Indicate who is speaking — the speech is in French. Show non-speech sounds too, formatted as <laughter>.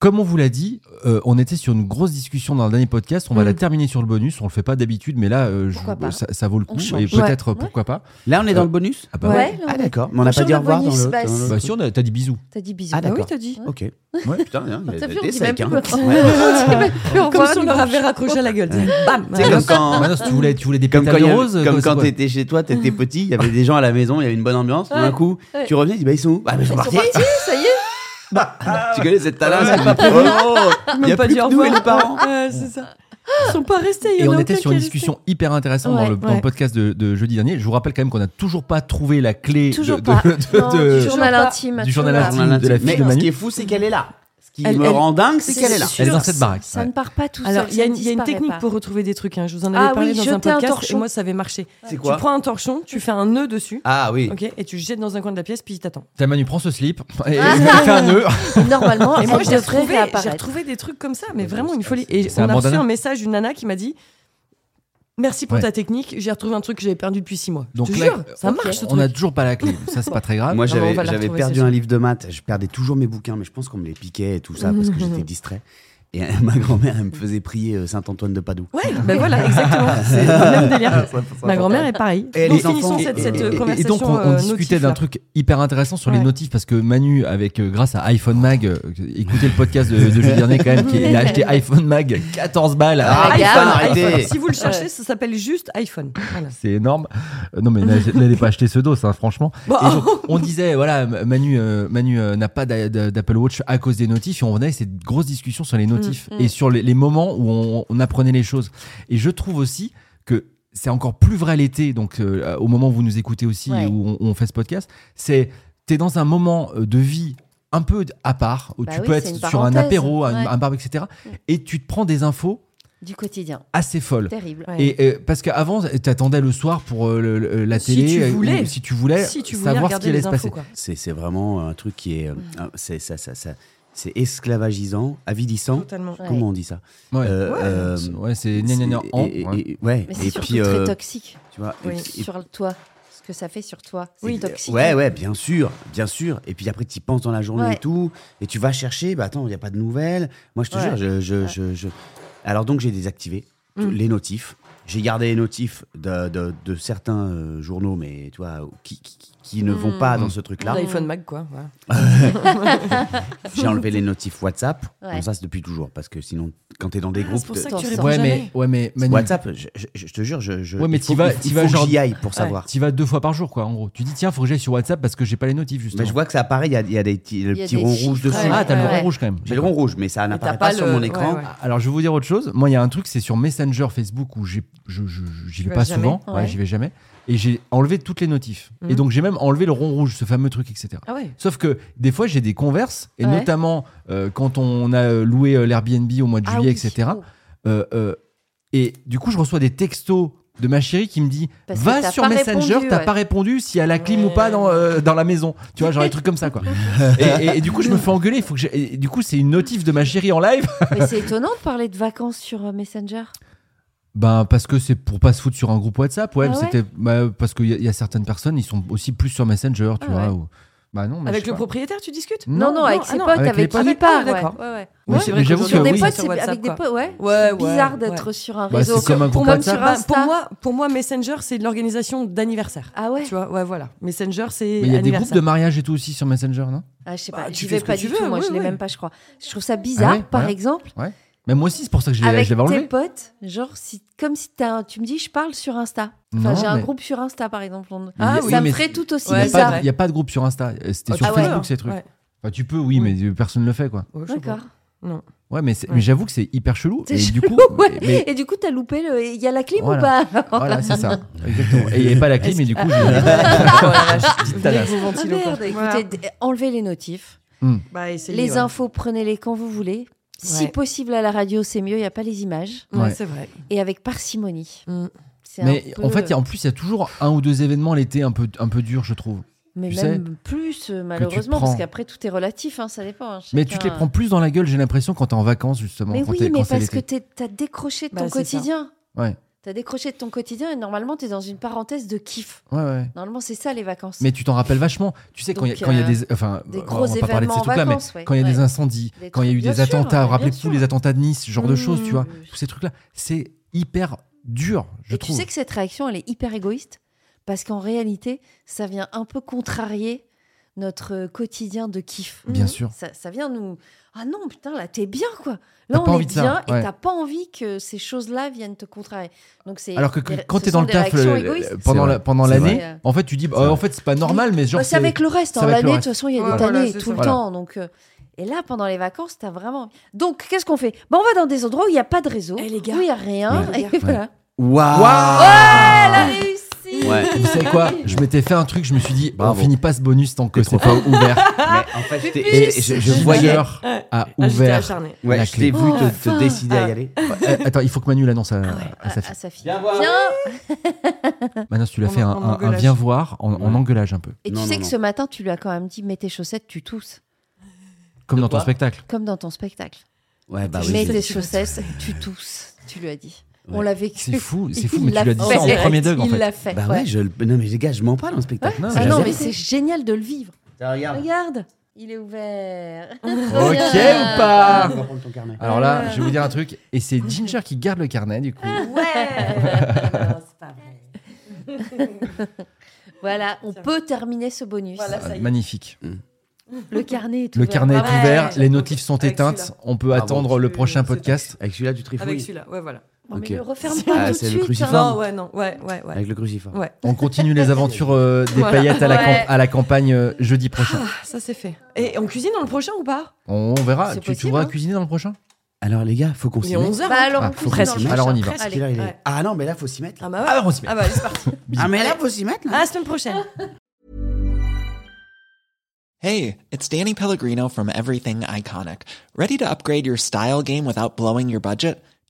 Speaker 1: Comme on vous l'a dit, euh, on était sur une grosse discussion dans le dernier podcast. On va
Speaker 2: Mm.
Speaker 1: la terminer sur le bonus. On le fait pas d'habitude, mais là, euh, je-
Speaker 2: Pourquoi pas
Speaker 1: ça, ça vaut le
Speaker 3: On
Speaker 1: coup.
Speaker 3: change.
Speaker 1: Et peut-être euh,
Speaker 3: Ouais.
Speaker 1: pourquoi pas.
Speaker 3: Là, on est
Speaker 1: Euh,
Speaker 3: dans le bonus
Speaker 1: Ah bah
Speaker 2: Ouais.
Speaker 1: ouais.
Speaker 2: là, on-
Speaker 3: Ah, d'accord. Mais on n'a
Speaker 2: Sur
Speaker 3: pas dit
Speaker 2: le
Speaker 3: au revoir dans
Speaker 2: bonus,
Speaker 3: le.
Speaker 2: bah,
Speaker 3: dans le-
Speaker 1: Bah si, on a- t'as dit bisous.
Speaker 2: T'as dit bisous.
Speaker 3: Ah,
Speaker 2: Bah
Speaker 3: d'accord.
Speaker 2: oui, t'as dit.
Speaker 3: Ok. Ouais, putain, hein, il y
Speaker 2: T'as
Speaker 3: a
Speaker 2: vu,
Speaker 3: des
Speaker 2: on dit même
Speaker 3: secs,
Speaker 2: plus.
Speaker 3: hein.
Speaker 2: <laughs> On dit même plus au
Speaker 4: Comme
Speaker 2: revoir.
Speaker 4: si on leur avait raccroché à la gueule. Bam
Speaker 3: C'est comme quand.
Speaker 1: Manos, tu voulais, tu voulais des
Speaker 3: Comme
Speaker 1: pétales
Speaker 3: quand,
Speaker 1: de
Speaker 3: il y avait-
Speaker 1: rose
Speaker 3: comme
Speaker 1: quoi,
Speaker 3: quand
Speaker 1: c'est quoi
Speaker 3: t'étais chez toi, t'étais petit, il y avait des gens à la maison, il y avait une bonne ambiance. Tout d'un
Speaker 2: Ouais.
Speaker 3: coup,
Speaker 2: Ouais.
Speaker 3: tu reviens, tu dis bah ils sont où Bah mais ils sont
Speaker 2: Ils sont
Speaker 3: partis.
Speaker 2: partis, ça y est.
Speaker 3: Tu connais cette talent
Speaker 4: Ouais, pas prévu.
Speaker 3: Il y a
Speaker 4: Même pas
Speaker 3: plus
Speaker 4: dit
Speaker 3: que
Speaker 4: au
Speaker 3: nous et les
Speaker 4: revoir.
Speaker 3: parents.
Speaker 4: Ouais, c'est ça. Ils sont pas restés. il y
Speaker 1: Et
Speaker 4: en a
Speaker 1: on était
Speaker 4: aucun
Speaker 1: sur
Speaker 4: qui
Speaker 1: une
Speaker 4: est resté.
Speaker 1: discussion hyper intéressante dans,
Speaker 2: Ouais,
Speaker 1: le, dans le
Speaker 2: ouais.
Speaker 1: podcast de, de jeudi dernier. Je vous rappelle quand même qu'on n'a toujours pas trouvé la clé de-
Speaker 2: Toujours
Speaker 1: de- <laughs>
Speaker 2: pas.
Speaker 1: de-
Speaker 2: Non,
Speaker 1: de-
Speaker 2: Du journal
Speaker 4: pas.
Speaker 2: intime.
Speaker 1: Du journal
Speaker 2: toujours pas.
Speaker 1: intime. Voilà. de la fille
Speaker 3: Mais
Speaker 1: de Manu.
Speaker 3: ce qui est fou, c'est qu'elle est là. Ce qui
Speaker 2: Elle-
Speaker 3: me
Speaker 2: elle-
Speaker 3: rend dingue, c'est qu'elle est là.
Speaker 2: sûr.
Speaker 1: Elle est dans cette baraque.
Speaker 2: Ça
Speaker 1: ouais.
Speaker 2: ne part pas tout seul.
Speaker 4: Alors, il y a
Speaker 2: ça
Speaker 4: une,
Speaker 2: ne
Speaker 4: il y a une
Speaker 2: disparaît
Speaker 4: technique
Speaker 2: pas.
Speaker 4: pour retrouver des trucs. hein. Je vous en avais
Speaker 2: Ah
Speaker 4: parlé
Speaker 2: oui,
Speaker 4: dans
Speaker 2: jeter
Speaker 4: un
Speaker 2: un
Speaker 4: podcast.
Speaker 2: torchon.
Speaker 4: et moi, ça avait marché.
Speaker 3: C'est
Speaker 4: Tu
Speaker 3: quoi
Speaker 4: prends un torchon, tu fais un nœud dessus.
Speaker 3: Ah oui.
Speaker 4: ok, et tu le jettes dans un coin de la pièce, puis il t'attend.
Speaker 1: Ta Manu prend ce
Speaker 2: <laughs>
Speaker 1: slip et <laughs> et fait un nœud.
Speaker 2: Normalement,
Speaker 4: Et moi,
Speaker 2: elle devrait
Speaker 4: j'ai retrouvé, j'ai
Speaker 2: réapparaître.
Speaker 4: retrouvé des trucs comme ça, mais vraiment une folie. Et
Speaker 1: c'est
Speaker 4: on
Speaker 1: un
Speaker 4: a reçu
Speaker 1: bandana.
Speaker 4: un message d'une nana qui m'a dit Merci pour
Speaker 1: Ouais.
Speaker 4: ta technique, j'ai retrouvé un truc que j'avais perdu depuis six mois.
Speaker 1: Donc
Speaker 4: je te
Speaker 1: là,
Speaker 4: jure, ça
Speaker 1: ok.
Speaker 4: marche ce
Speaker 1: On
Speaker 4: truc.
Speaker 1: n'a toujours pas la clé. Ça, c'est pas très grave.
Speaker 3: Moi,
Speaker 4: Ah, Non, mais on
Speaker 3: j'avais
Speaker 4: va la
Speaker 3: j'avais
Speaker 4: retrouver,
Speaker 3: perdu
Speaker 4: c'est
Speaker 3: un livre de maths. Je perdais toujours mes bouquins, mais je pense qu'on me les piquait et tout
Speaker 4: <laughs>
Speaker 3: ça parce que j'étais distrait. Et <laughs> ma grand-mère, elle me faisait prier euh, Saint-Antoine de Padoue.
Speaker 4: Ouais, ben voilà, exactement. C'est le même
Speaker 1: <laughs> Ah,
Speaker 4: délire. Ma grand-mère est pareille.
Speaker 3: Et
Speaker 4: donc
Speaker 3: les enfants-
Speaker 4: finissons
Speaker 3: et-
Speaker 4: cette,
Speaker 3: et-
Speaker 4: cette,
Speaker 3: et-
Speaker 4: euh,
Speaker 3: et
Speaker 4: conversation.
Speaker 1: Et donc, on, on
Speaker 4: euh,
Speaker 1: discutait
Speaker 4: notif,
Speaker 1: d'un
Speaker 4: là.
Speaker 1: truc hyper intéressant sur les
Speaker 4: Ouais.
Speaker 1: notifs parce que Manu, avec euh, grâce à iPhone Mag, euh, écoutez le podcast de, de jeudi dernier quand même, qui- il a
Speaker 4: <laughs>
Speaker 1: acheté iPhone Mag 14 balles.
Speaker 3: Ah,
Speaker 1: Ah,
Speaker 2: iPhone,
Speaker 4: iPhone,
Speaker 3: arrêtez.
Speaker 4: iPhone. Si vous le cherchez,
Speaker 2: Ouais.
Speaker 4: ça s'appelle juste iPhone. Voilà.
Speaker 1: C'est énorme. Euh, non, mais n'allez n'allez pas acheter ce dos, hein, franchement.
Speaker 4: Bon,
Speaker 1: Et
Speaker 2: <laughs>
Speaker 1: donc, on disait, voilà, Manu, euh, Manu euh, n'a pas d'a- d'a- d'Apple Watch à cause des notifs. Et on venait avec cette grosse discussion sur les notifs
Speaker 2: Mm, mm.
Speaker 1: et sur les, les moments où on, on apprenait les choses. Et je trouve aussi que c'est encore plus vrai l'été, donc euh, au moment où vous nous écoutez aussi
Speaker 2: Ouais.
Speaker 1: et où on, où on fait ce podcast, c'est t'es dans un moment euh, de vie un peu à part, où
Speaker 2: Bah
Speaker 1: tu
Speaker 2: oui,
Speaker 1: peux
Speaker 2: c'est
Speaker 1: être
Speaker 2: une
Speaker 1: sur un
Speaker 2: parenthèse.
Speaker 1: apéro, un,
Speaker 2: Ouais.
Speaker 1: un bar, etc.
Speaker 2: Mm.
Speaker 1: Et tu te prends des infos
Speaker 2: Du quotidien.
Speaker 1: assez folles.
Speaker 2: Terrible.
Speaker 4: Ouais.
Speaker 1: Et euh, parce qu'avant, t'attendais le soir pour euh, le- le- la
Speaker 4: Si
Speaker 1: télé,
Speaker 4: tu
Speaker 1: euh,
Speaker 4: voulais.
Speaker 1: ou si tu voulais,
Speaker 4: si tu voulais
Speaker 1: savoir ce
Speaker 4: regarder
Speaker 1: qui allait
Speaker 4: les
Speaker 1: se
Speaker 4: infos,
Speaker 1: passer.
Speaker 4: quoi.
Speaker 3: C'est c'est vraiment un truc qui est. euh, un- c'est ça, ça, ça- c'est esclavagisant, avilissant.
Speaker 4: Totalement.
Speaker 2: Ouais.
Speaker 3: Comment on dit ça
Speaker 1: Ouais.
Speaker 3: Euh,
Speaker 4: Ouais.
Speaker 3: euh,
Speaker 1: C'est- ouais, c'est gna gna gna
Speaker 3: c'est-
Speaker 1: en,
Speaker 3: et- et-
Speaker 1: ouais.
Speaker 3: et- ouais.
Speaker 2: Mais
Speaker 3: Et
Speaker 2: c'est surtout
Speaker 3: puis, euh,
Speaker 2: très toxique.
Speaker 3: tu vois,
Speaker 2: Oui,
Speaker 3: et- et-
Speaker 2: sur toi. Ce que ça fait sur toi. C'est
Speaker 3: Oui,
Speaker 2: toxique.
Speaker 3: ouais, ouais, bien sûr, bien sûr. Et puis après, tu penses dans la journée
Speaker 2: Ouais.
Speaker 3: et tout, et tu vas chercher. Bah attends, il n'y a pas de nouvelles. Moi, je te
Speaker 2: Ouais.
Speaker 3: jure, je, je,
Speaker 2: Ouais.
Speaker 3: je, je- Alors donc, j'ai désactivé tous
Speaker 4: Mm.
Speaker 3: les notifs. J'ai gardé les notifs de, de- de certains euh, journaux, mais tu vois, qui, qui, qui ne vont
Speaker 2: Mm.
Speaker 3: pas dans ce truc-là.
Speaker 4: L'iPhone Mac, quoi. voilà.
Speaker 3: J'ai enlevé les notifs WhatsApp.
Speaker 2: Ouais.
Speaker 3: Bon, ça, c'est depuis toujours, parce que sinon, quand tu es dans des
Speaker 4: Ah,
Speaker 3: groupes.
Speaker 4: c'est pour
Speaker 3: de-
Speaker 4: ça que tu
Speaker 2: Ouais,
Speaker 4: réponds
Speaker 1: Ouais, mais,
Speaker 4: jamais.
Speaker 1: ouais, mais Manu,
Speaker 3: WhatsApp, je, je- je te jure, je, je
Speaker 1: Ouais, mais
Speaker 3: il
Speaker 1: t'y
Speaker 3: faut-
Speaker 1: vas-
Speaker 3: il
Speaker 1: t'y
Speaker 3: faut
Speaker 1: vas
Speaker 3: que
Speaker 1: genre-
Speaker 3: j'y aille pour savoir.
Speaker 1: tu vas deux fois par jour, quoi, en gros. Tu dis, tiens, faut que j'aille sur WhatsApp parce que j'ai pas les notifs, justement.
Speaker 3: Mais je vois que ça apparaît, il y a, il y a des petits, le
Speaker 2: Il y a
Speaker 3: petit
Speaker 2: des
Speaker 3: rond
Speaker 2: chiffres,
Speaker 3: rouge dessus.
Speaker 2: ouais.
Speaker 1: Ah, t'as le
Speaker 2: Ouais.
Speaker 1: rond rouge quand même. Ah,
Speaker 3: J'ai le rond rouge, mais ça
Speaker 4: t'as
Speaker 3: n'apparaît
Speaker 4: pas
Speaker 3: pas, sur
Speaker 4: le-
Speaker 3: mon
Speaker 4: ouais,
Speaker 3: écran.
Speaker 4: ouais.
Speaker 1: Alors, je vais vous dire autre chose. Moi, il y a un truc, c'est sur Messenger Facebook où j'ai- je- je- j'y vais
Speaker 4: vas
Speaker 1: pas
Speaker 4: jamais.
Speaker 1: souvent. Ouais,
Speaker 2: Ouais.
Speaker 1: j'y vais jamais. Et j'ai enlevé toutes les notifs.
Speaker 4: Mhm.
Speaker 1: Et donc, j'ai même enlevé le rond rouge, ce fameux truc, etc.
Speaker 4: Ah ouais.
Speaker 1: Sauf que des fois, j'ai des converses, et
Speaker 2: Ouais.
Speaker 1: notamment euh, quand on a euh, loué euh, l'Airbnb au mois de
Speaker 2: Ah
Speaker 1: juillet,
Speaker 2: oui.
Speaker 1: etc.
Speaker 2: Oh.
Speaker 1: Euh, euh, et du coup, je reçois des textos de ma chérie qui me dit
Speaker 2: Parce que
Speaker 1: Va
Speaker 2: t'as
Speaker 1: sur
Speaker 2: pas
Speaker 1: Messenger,
Speaker 2: répondu,
Speaker 1: t'as
Speaker 2: ouais.
Speaker 1: pas répondu si elle a la clim ou pas dans, euh, dans la maison. Tu vois, genre des trucs comme <laughs> ça, quoi. et, et- et du coup, je me fais engueuler. il Faut que j'ai- et du coup, c'est une notif de ma chérie en live.
Speaker 2: Mais c'est étonnant de parler de vacances sur euh, Messenger.
Speaker 1: Ben, parce que c'est pour pas se foutre sur un groupe WhatsApp. Ouais,
Speaker 2: Ah ouais
Speaker 1: c'était bah, parce qu'il y, a- il y a certaines personnes, ils sont aussi plus sur Messenger, tu
Speaker 2: Ah
Speaker 1: vois.
Speaker 2: ouais.
Speaker 1: ou- Bah non, mais
Speaker 4: Avec
Speaker 1: je sais
Speaker 4: le
Speaker 1: pas.
Speaker 4: propriétaire, tu discutes
Speaker 2: Non, non, avec
Speaker 4: ah
Speaker 2: ses
Speaker 4: non,
Speaker 2: potes,
Speaker 1: avec les
Speaker 2: avec
Speaker 1: potes.
Speaker 2: qui il
Speaker 4: Ah,
Speaker 2: parle. ouais.
Speaker 4: d'accord.
Speaker 2: Ouais, ouais.
Speaker 1: Ouais,
Speaker 4: c'est
Speaker 1: mais
Speaker 4: vrai que
Speaker 1: j'avoue
Speaker 4: aujourd'hui,
Speaker 2: Sur
Speaker 1: que
Speaker 4: on
Speaker 2: des
Speaker 1: oui.
Speaker 4: est
Speaker 2: potes,
Speaker 4: sur
Speaker 2: c'est
Speaker 4: WhatsApp,
Speaker 2: avec des
Speaker 4: quoi.
Speaker 2: potes, ouais.
Speaker 4: Ouais,
Speaker 2: c'est
Speaker 4: ouais,
Speaker 2: bizarre
Speaker 4: ouais.
Speaker 2: d'être sur un
Speaker 1: Bah,
Speaker 2: réseau.
Speaker 1: c'est comme un
Speaker 2: pour
Speaker 1: groupe
Speaker 2: même
Speaker 1: WhatsApp.
Speaker 2: sur
Speaker 4: Bah,
Speaker 2: Insta.
Speaker 4: pour moi, pour moi, Messenger, c'est de l'organisation d'anniversaire.
Speaker 2: Ah ouais.
Speaker 4: Tu vois, ouais, voilà. Messenger, c'est.
Speaker 1: Mais il y a des groupes
Speaker 4: anniversaire.
Speaker 1: de mariage et tout aussi sur Messenger, non
Speaker 2: Ah, je sais
Speaker 4: Bah,
Speaker 2: pas,
Speaker 4: tu
Speaker 2: j'y
Speaker 4: fais
Speaker 2: vais
Speaker 4: ce
Speaker 2: pas
Speaker 4: que tu
Speaker 2: du
Speaker 4: veux,
Speaker 2: tout, moi
Speaker 4: oui,
Speaker 2: je l'ai
Speaker 4: oui.
Speaker 2: même pas, je crois. Je trouve ça bizarre,
Speaker 1: Ah ouais,
Speaker 2: par
Speaker 1: ouais. euh,
Speaker 2: exemple,
Speaker 1: Mais moi aussi, c'est pour ça que je l'ai-
Speaker 2: avec
Speaker 1: je l'avais
Speaker 2: tes
Speaker 1: enlevé.
Speaker 2: potes, genre, si, comme si t'as un- tu me dis, je parle sur Insta. Enfin,
Speaker 1: Non,
Speaker 2: j'ai un
Speaker 1: mais-
Speaker 2: groupe sur Insta, par exemple. on-
Speaker 4: Ah
Speaker 1: Mais-
Speaker 4: oui,
Speaker 2: ça me
Speaker 1: mais-
Speaker 2: ferait tout aussi
Speaker 1: Il n'y
Speaker 4: Ouais,
Speaker 1: a,
Speaker 4: c'est
Speaker 1: pas
Speaker 2: bizarre.
Speaker 1: de-
Speaker 4: vrai.
Speaker 1: il y a pas de groupe sur Insta. Euh, C'était
Speaker 4: Ah,
Speaker 1: sur
Speaker 2: ouais.
Speaker 1: Facebook ces trucs.
Speaker 4: Ouais.
Speaker 1: Enfin, tu peux, oui, mais personne ne le fait quoi.
Speaker 4: Ouais, je
Speaker 2: D'accord.
Speaker 1: Ouais, mais, c'est-
Speaker 4: Ouais.
Speaker 1: mais j'avoue que c'est hyper chelou.
Speaker 2: C'est
Speaker 1: et du coup,
Speaker 2: chelou, <laughs> ouais. Oh
Speaker 1: mais-
Speaker 2: Et du coup, t'as loupé le. Il y a la clim
Speaker 1: Voilà. Ah,
Speaker 2: ou pas
Speaker 1: voilà, c'est ça. Exactement. Et il n'y avait pas la clé, mais du coup,
Speaker 4: comprends.
Speaker 1: j'ai
Speaker 4: Ouais, la vache.
Speaker 1: Petite
Speaker 4: Venez
Speaker 1: talasse.
Speaker 4: que vous
Speaker 2: <laughs> Ah
Speaker 4: ventilez au
Speaker 2: merde,
Speaker 4: contraire.
Speaker 2: écoutez, d- enlevez les notifs.
Speaker 4: Bah, essayez,
Speaker 2: Les
Speaker 4: ouais.
Speaker 2: infos, prenez-les quand vous voulez. Si
Speaker 4: Ouais.
Speaker 2: possible à la radio, c'est mieux, il n'y a pas les images.
Speaker 4: Ouais,
Speaker 1: Ouais.
Speaker 4: c'est vrai.
Speaker 2: Et avec parcimonie.
Speaker 4: Mm.
Speaker 2: C'est un
Speaker 1: Mais
Speaker 2: peu-
Speaker 1: en fait, il y a- en plus, il y a toujours un ou deux événements l'été un peu, un peu durs, je trouve.
Speaker 2: mais
Speaker 1: tu
Speaker 2: même plus, euh, malheureusement,
Speaker 1: prends.
Speaker 2: parce qu'après, tout est relatif, hein, ça dépend. hein,
Speaker 1: Mais tu te les
Speaker 2: chacun-
Speaker 1: prends plus dans la gueule, j'ai l'impression, quand t'es en vacances, justement.
Speaker 2: Mais
Speaker 1: quand
Speaker 2: oui,
Speaker 1: t'es-
Speaker 2: mais
Speaker 1: quand c'est
Speaker 2: parce que
Speaker 1: l'été.
Speaker 2: t'es- t'as décroché de
Speaker 4: Bah,
Speaker 2: ton
Speaker 4: c'est ça.
Speaker 2: quotidien.
Speaker 1: Ouais.
Speaker 2: T'as décroché de ton quotidien et normalement, t'es dans une parenthèse de kiff.
Speaker 1: Ouais, ouais.
Speaker 2: Normalement, c'est ça les vacances.
Speaker 1: Mais tu t'en rappelles vachement. Tu sais, quand il y, a-
Speaker 2: Donc,
Speaker 1: quand il y a
Speaker 2: euh,
Speaker 1: des. Enfin,
Speaker 2: des
Speaker 1: euh,
Speaker 2: gros
Speaker 1: on va pas parler de
Speaker 2: événements
Speaker 1: ces
Speaker 2: en
Speaker 1: trucs-là, mais
Speaker 2: vacances, ouais,
Speaker 1: quand il y a des
Speaker 2: ouais.
Speaker 1: incendies,
Speaker 2: Des
Speaker 1: quand il y a eu
Speaker 2: trucs-
Speaker 1: des
Speaker 2: bien sûr, hein,
Speaker 1: attentats,
Speaker 2: bien
Speaker 1: rappelez-vous
Speaker 2: sûr.
Speaker 1: les attentats de Nice, ce genre de choses, tu vois.
Speaker 2: Mmh.
Speaker 1: Tous ces trucs-là, c'est hyper dur, je
Speaker 2: et
Speaker 1: trouve.
Speaker 2: tu sais que cette réaction, elle est hyper égoïste parce qu'en réalité, ça vient un peu contrarier notre quotidien de kiff.
Speaker 1: Bien sûr.
Speaker 2: Ça, ça vient nous. Ah non, putain, là, t'es bien, quoi.
Speaker 1: T'as
Speaker 2: Là,
Speaker 1: pas
Speaker 2: on
Speaker 1: envie
Speaker 2: est
Speaker 1: de ça,
Speaker 2: bien et
Speaker 1: ouais.
Speaker 2: t'as pas envie que ces choses-là viennent te contrarier. Donc, c'est.
Speaker 1: Alors que, que-
Speaker 2: des-
Speaker 1: quand
Speaker 2: ce
Speaker 1: t'es dans
Speaker 2: sont
Speaker 1: le
Speaker 2: des
Speaker 1: taf euh,
Speaker 2: réactions
Speaker 1: le-
Speaker 2: égoïstes. Bah,
Speaker 1: le- pendant
Speaker 3: C'est
Speaker 1: la-
Speaker 3: vrai.
Speaker 1: pendant
Speaker 3: C'est
Speaker 1: l'année,
Speaker 2: vrai.
Speaker 1: en fait, tu dis, bah,
Speaker 3: C'est
Speaker 1: en fait, c'est pas normal, mais genre.
Speaker 2: Bah, c'est avec le reste.
Speaker 1: ça
Speaker 2: hein.
Speaker 1: va être le
Speaker 2: L'année,
Speaker 1: reste.
Speaker 2: de toute façon, il y a
Speaker 4: Ouais,
Speaker 2: des
Speaker 4: voilà,
Speaker 2: années et
Speaker 4: c'est
Speaker 2: tout le
Speaker 4: ça.
Speaker 2: temps. Donc, euh, et là, pendant les vacances, t'as vraiment. Donc, qu'est-ce qu'on fait bah, On va dans des endroits où il n'y a pas de réseau,
Speaker 4: Eh, les gars.
Speaker 2: où il n'y a rien.
Speaker 4: Ouais.
Speaker 2: Et voilà.
Speaker 3: Waouh
Speaker 1: Ah,
Speaker 2: Elle a réussi
Speaker 3: Ouais.
Speaker 1: Vous savez quoi Je m'étais fait un truc, je me suis dit, bah, on
Speaker 3: Bravo.
Speaker 1: finit pas ce bonus tant que
Speaker 3: T'es
Speaker 1: c'est
Speaker 3: trop
Speaker 1: pas ouvert.
Speaker 3: <laughs> Mais en fait, je t'ai-
Speaker 1: Et
Speaker 3: et
Speaker 1: je,
Speaker 3: je,
Speaker 1: je voyais
Speaker 3: voyais.
Speaker 1: à
Speaker 4: Ah, j'étais
Speaker 1: ouvert.
Speaker 4: acharnée.
Speaker 1: La
Speaker 3: Ouais, je
Speaker 1: clé.
Speaker 3: t'ai vu
Speaker 4: Oh,
Speaker 3: te, te
Speaker 2: Enfin.
Speaker 3: décider à y aller.
Speaker 1: Euh, attends, il faut que Manu l'annonce à, à sa
Speaker 2: à,
Speaker 1: fille.
Speaker 2: à sa fille.
Speaker 3: Viens voir.
Speaker 2: Tiens
Speaker 1: Maintenant, tu l'as
Speaker 4: On
Speaker 1: fait
Speaker 4: en-
Speaker 1: un,
Speaker 4: on
Speaker 1: un- un
Speaker 4: engueulage.
Speaker 1: viens voir en, en
Speaker 3: Ouais.
Speaker 1: engueulage un peu,
Speaker 2: Et
Speaker 3: Non,
Speaker 2: tu sais
Speaker 3: non,
Speaker 2: que
Speaker 3: non.
Speaker 2: ce matin, tu lui as quand même dit mets tes chaussettes, tu tousses,
Speaker 1: comme
Speaker 3: De
Speaker 1: dans ton
Speaker 3: quoi
Speaker 1: spectacle.
Speaker 2: comme dans ton spectacle.
Speaker 3: Ouais, bah
Speaker 2: mets
Speaker 3: oui.
Speaker 2: tes
Speaker 3: c'est-
Speaker 2: chaussettes, tu tousses, tu lui as dit.
Speaker 3: Ouais.
Speaker 2: On l'a vécu.
Speaker 1: C'est fou, c'est
Speaker 2: Il
Speaker 1: fou, mais
Speaker 2: l'a
Speaker 1: tu l'as dit ça en
Speaker 2: fait.
Speaker 1: premier dog en
Speaker 2: Il
Speaker 1: fait.
Speaker 2: l'a fait.
Speaker 3: Bah
Speaker 2: ouais.
Speaker 3: ouais, je le. Non, mais les gars, je m'en parle en spectacle.
Speaker 1: Ouais.
Speaker 3: C'est
Speaker 2: Ah
Speaker 3: la
Speaker 2: non, mais
Speaker 3: vérité.
Speaker 2: c'est génial de le vivre.
Speaker 3: Tiens, regarde.
Speaker 2: Regarde, il est ouvert.
Speaker 1: Ok
Speaker 2: Bien.
Speaker 1: ou pas
Speaker 3: On va Ah, prendre ton carnet.
Speaker 1: Ah. Alors là, je vais vous dire un truc, et c'est Ginger qui garde le carnet du
Speaker 4: Ah,
Speaker 1: coup.
Speaker 2: <laughs> Voilà, on
Speaker 4: Ça va.
Speaker 2: peut terminer ce bonus.
Speaker 4: Voilà, ça y est.
Speaker 1: Magnifique.
Speaker 2: Le carnet est
Speaker 1: Le
Speaker 2: ouvert.
Speaker 1: carnet est
Speaker 2: Bravo.
Speaker 1: ouvert,
Speaker 4: Ouais.
Speaker 1: les notifs sont
Speaker 4: Avec
Speaker 1: éteintes,
Speaker 4: celui-là.
Speaker 1: on peut
Speaker 3: Ah bon,
Speaker 1: attendre le
Speaker 4: tu-
Speaker 1: prochain
Speaker 4: c'est
Speaker 1: podcast.
Speaker 3: Avec celui-là, tu trifouilles.
Speaker 4: Avec celui-là, ouais, voilà.
Speaker 2: Non, mais
Speaker 3: Ok.
Speaker 2: ne le referme
Speaker 3: Ah,
Speaker 2: pas tout de
Speaker 3: c'est le
Speaker 2: suite.
Speaker 3: cruciforme.
Speaker 2: hein.
Speaker 4: Non, ouais, non, ouais, ouais, ouais.
Speaker 3: Avec le cruciforme.
Speaker 4: Ouais,
Speaker 1: On continue
Speaker 4: <laughs>
Speaker 1: les aventures euh, des
Speaker 4: Voilà.
Speaker 1: paillettes à la,
Speaker 2: Ouais.
Speaker 1: camp- à la campagne euh, jeudi prochain.
Speaker 4: Ah, ça c'est fait. Et on cuisine dans le prochain ou pas
Speaker 1: On, on verra,
Speaker 4: Ah, C'est
Speaker 1: tu, tu
Speaker 4: possible,
Speaker 1: voudras
Speaker 4: hein.
Speaker 1: cuisiner dans le prochain
Speaker 3: Alors les gars, faut qu'on
Speaker 4: Il
Speaker 3: s'y
Speaker 4: est
Speaker 3: mette.
Speaker 4: 11h.
Speaker 2: Bah alors,
Speaker 1: Ah,
Speaker 2: on
Speaker 1: faut
Speaker 2: cuisine
Speaker 1: qu'on
Speaker 2: dans
Speaker 1: s'y
Speaker 2: le
Speaker 1: mette. Alors, on y
Speaker 2: prochain.
Speaker 1: va.
Speaker 3: Parce
Speaker 2: Allez.
Speaker 3: qu'il a- il est-
Speaker 4: ouais.
Speaker 3: Ah non, mais là, faut s'y mettre. là.
Speaker 4: Ah bah ouais.
Speaker 1: Ah, on s'y met.
Speaker 4: Ah bah c'est parti.
Speaker 3: Ah, mais là, faut s'y mettre.
Speaker 4: À la semaine prochaine.
Speaker 5: Hey, it's Danny Pellegrino from Everything Iconic. Ready to upgrade your style game without blowing your budget?